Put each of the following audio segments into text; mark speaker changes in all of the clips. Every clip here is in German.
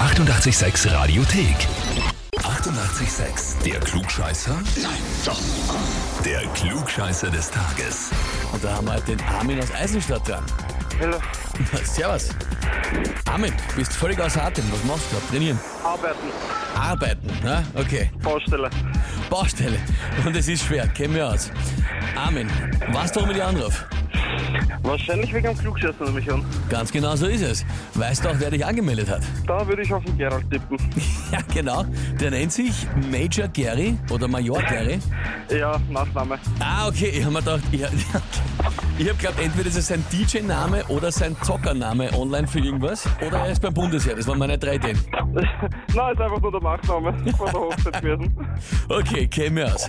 Speaker 1: 886 Radiothek. 88,6. Der Klugscheißer? Nein, doch. Der Klugscheißer des Tages.
Speaker 2: Und da haben wir halt den Armin aus Eisenstadt dran.
Speaker 3: Hallo,
Speaker 2: Servus. Armin, bist völlig aus Atem. Was machst du da? Trainieren?
Speaker 3: arbeiten,
Speaker 2: Arbeiten. Ja? Okay.
Speaker 3: Baustelle.
Speaker 2: Baustelle. Und es ist schwer. Kennen wir aus. Armin, weißt du, warum ich dich anrufe?
Speaker 3: Wahrscheinlich wegen dem Klugscheißer nämlich an.
Speaker 2: Ganz genau so ist es. Weißt du auch, wer dich angemeldet hat?
Speaker 3: Da würde ich auf den Gerald tippen.
Speaker 2: Ja, genau. Der nennt sich Major Gary oder Major Gary.
Speaker 3: Ja, Nachname.
Speaker 2: Ah, okay, ich habe mir gedacht, ich, ich habe geglaubt, entweder ist es sein DJ-Name oder sein Zockername online für irgendwas oder er ist beim Bundesheer. Das waren meine drei Ideen.
Speaker 3: Nein, ist einfach nur der Nachname von der Hochzeit gewesen.
Speaker 2: Okay, käme aus.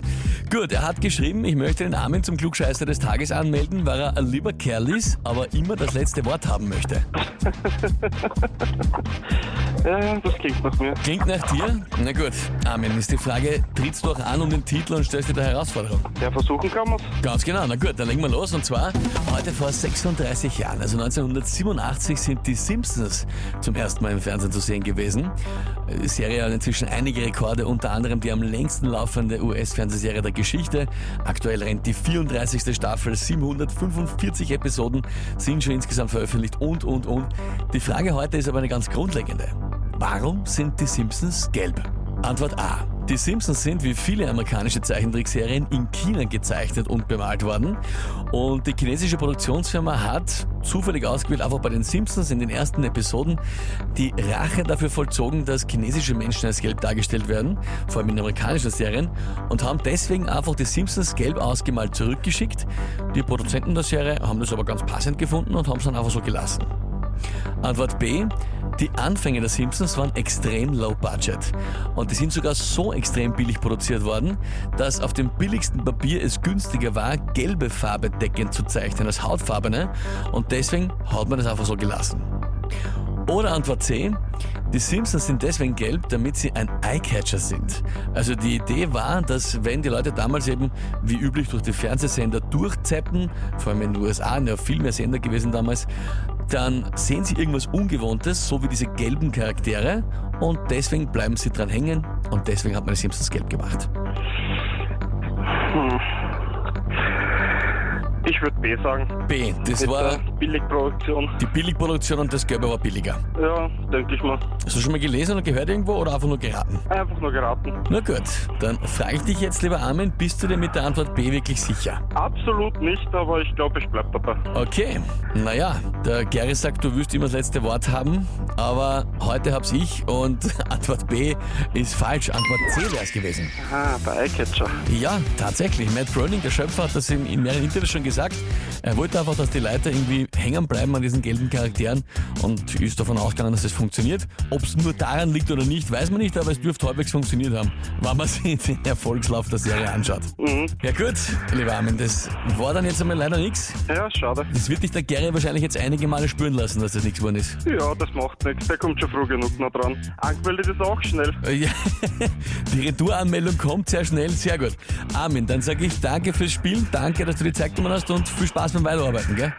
Speaker 2: Gut, er hat geschrieben, ich möchte den Armin zum Klugscheißer des Tages anmelden, weil er ein lieber Kerl ist, aber immer das letzte Wort haben möchte.
Speaker 3: Ja, das klingt nach mir.
Speaker 2: Klingt nach dir? Na gut, Armin, ist die Frage, trittst du auch an um den Titel und stellst dir der Herausforderung?
Speaker 3: Ja, versuchen kann man's.
Speaker 2: Ganz genau, na gut, dann legen wir los. Und zwar, heute vor 36 Jahren, also 1987, sind die Simpsons zum ersten Mal im Fernsehen zu sehen gewesen. Die Serie hat inzwischen einige Rekorde, unter anderem die am längsten laufende US-Fernsehserie der Geschichte. Aktuell rennt die 34. Staffel, 745 Episoden sind schon insgesamt veröffentlicht und, und, und. Die Frage heute ist aber eine ganz grundlegende. Warum sind die Simpsons gelb? Antwort A. Die Simpsons sind wie viele amerikanische Zeichentrickserien in China gezeichnet und bemalt worden. Und die chinesische Produktionsfirma hat zufällig ausgewählt, aber bei den Simpsons in den ersten Episoden die Rache dafür vollzogen, dass chinesische Menschen als gelb dargestellt werden, vor allem in amerikanischen Serien, und haben deswegen einfach die Simpsons gelb ausgemalt zurückgeschickt. Die Produzenten der Serie haben das aber ganz passend gefunden und haben es dann einfach so gelassen. Antwort B. Die Anfänge der Simpsons waren extrem low budget. Und die sind sogar so extrem billig produziert worden, dass auf dem billigsten Papier es günstiger war, gelbe Farbe deckend zu zeichnen als hautfarbene. Und deswegen hat man das einfach so gelassen. Oder Antwort C. Die Simpsons sind deswegen gelb, damit sie ein Eyecatcher sind. Also die Idee war, dass wenn die Leute damals eben wie üblich durch die Fernsehsender durchzeppen, vor allem in den USA, ja viel mehr Sender gewesen damals, dann sehen sie irgendwas Ungewohntes, so wie diese gelben Charaktere und deswegen bleiben sie dran hängen und deswegen hat man die Simpsons gelb gemacht.
Speaker 3: Ich würde B sagen.
Speaker 2: B. Das
Speaker 3: Mit
Speaker 2: war
Speaker 3: der Billigproduktion.
Speaker 2: die Billigproduktion und das Gelbe war billiger.
Speaker 3: Ja, denke ich mal.
Speaker 2: Hast du schon mal gelesen oder gehört irgendwo oder einfach nur geraten?
Speaker 3: Einfach nur geraten.
Speaker 2: Na gut, dann frage ich dich jetzt, lieber Armin, bist du dir mit der Antwort B wirklich sicher?
Speaker 3: Absolut nicht, aber ich glaube, ich bleib dabei.
Speaker 2: Okay, naja, der Gary sagt, du wirst immer das letzte Wort haben, aber heute hab's ich und Antwort B ist falsch, Antwort C wär's gewesen.
Speaker 3: Ah, der Eyecatcher.
Speaker 2: Ja, tatsächlich. Matt Groening, der Schöpfer, hat das in, in mehreren Interviews schon gesagt. Er wollte einfach, dass die Leute irgendwie hängen bleiben an diesen gelben Charakteren und ist davon ausgegangen, dass es funktioniert. Ob es nur daran liegt oder nicht, weiß man nicht, aber es dürfte halbwegs funktioniert haben, wenn man sich den Erfolgslauf der Serie anschaut.
Speaker 3: Mhm.
Speaker 2: Ja gut, lieber Armin, das war dann jetzt einmal leider nichts.
Speaker 3: Ja, schade.
Speaker 2: Das wird dich der Gary wahrscheinlich jetzt einige Male spüren lassen, dass das nichts geworden ist.
Speaker 3: Ja, das macht nichts. Der kommt schon früh genug noch dran. Angemeldet ist er auch schnell.
Speaker 2: Äh, Ja, die Retouranmeldung kommt sehr schnell, sehr gut. Armin, dann sage ich danke fürs Spielen, danke, dass du die Zeit genommen hast und viel Spaß beim Weiterarbeiten, gell?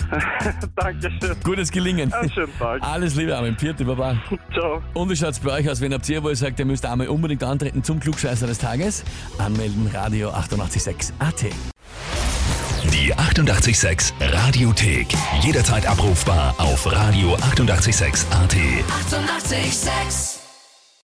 Speaker 3: Dankeschön.
Speaker 2: Gutes Gelingen.
Speaker 3: Einen schönen Tag.
Speaker 2: Alles Liebe, Armin. Vierte, Baba.
Speaker 3: Ciao.
Speaker 2: Und wie schaut's bei euch aus, wenn habt ihr wohl sagt, ihr müsst einmal unbedingt antreten zum Klugscheißer des Tages? Anmelden, Radio 886 AT.
Speaker 1: Die 88,6 Radiothek. Jederzeit abrufbar auf radio886.at. 88,6.
Speaker 4: Eighty-eight, sex.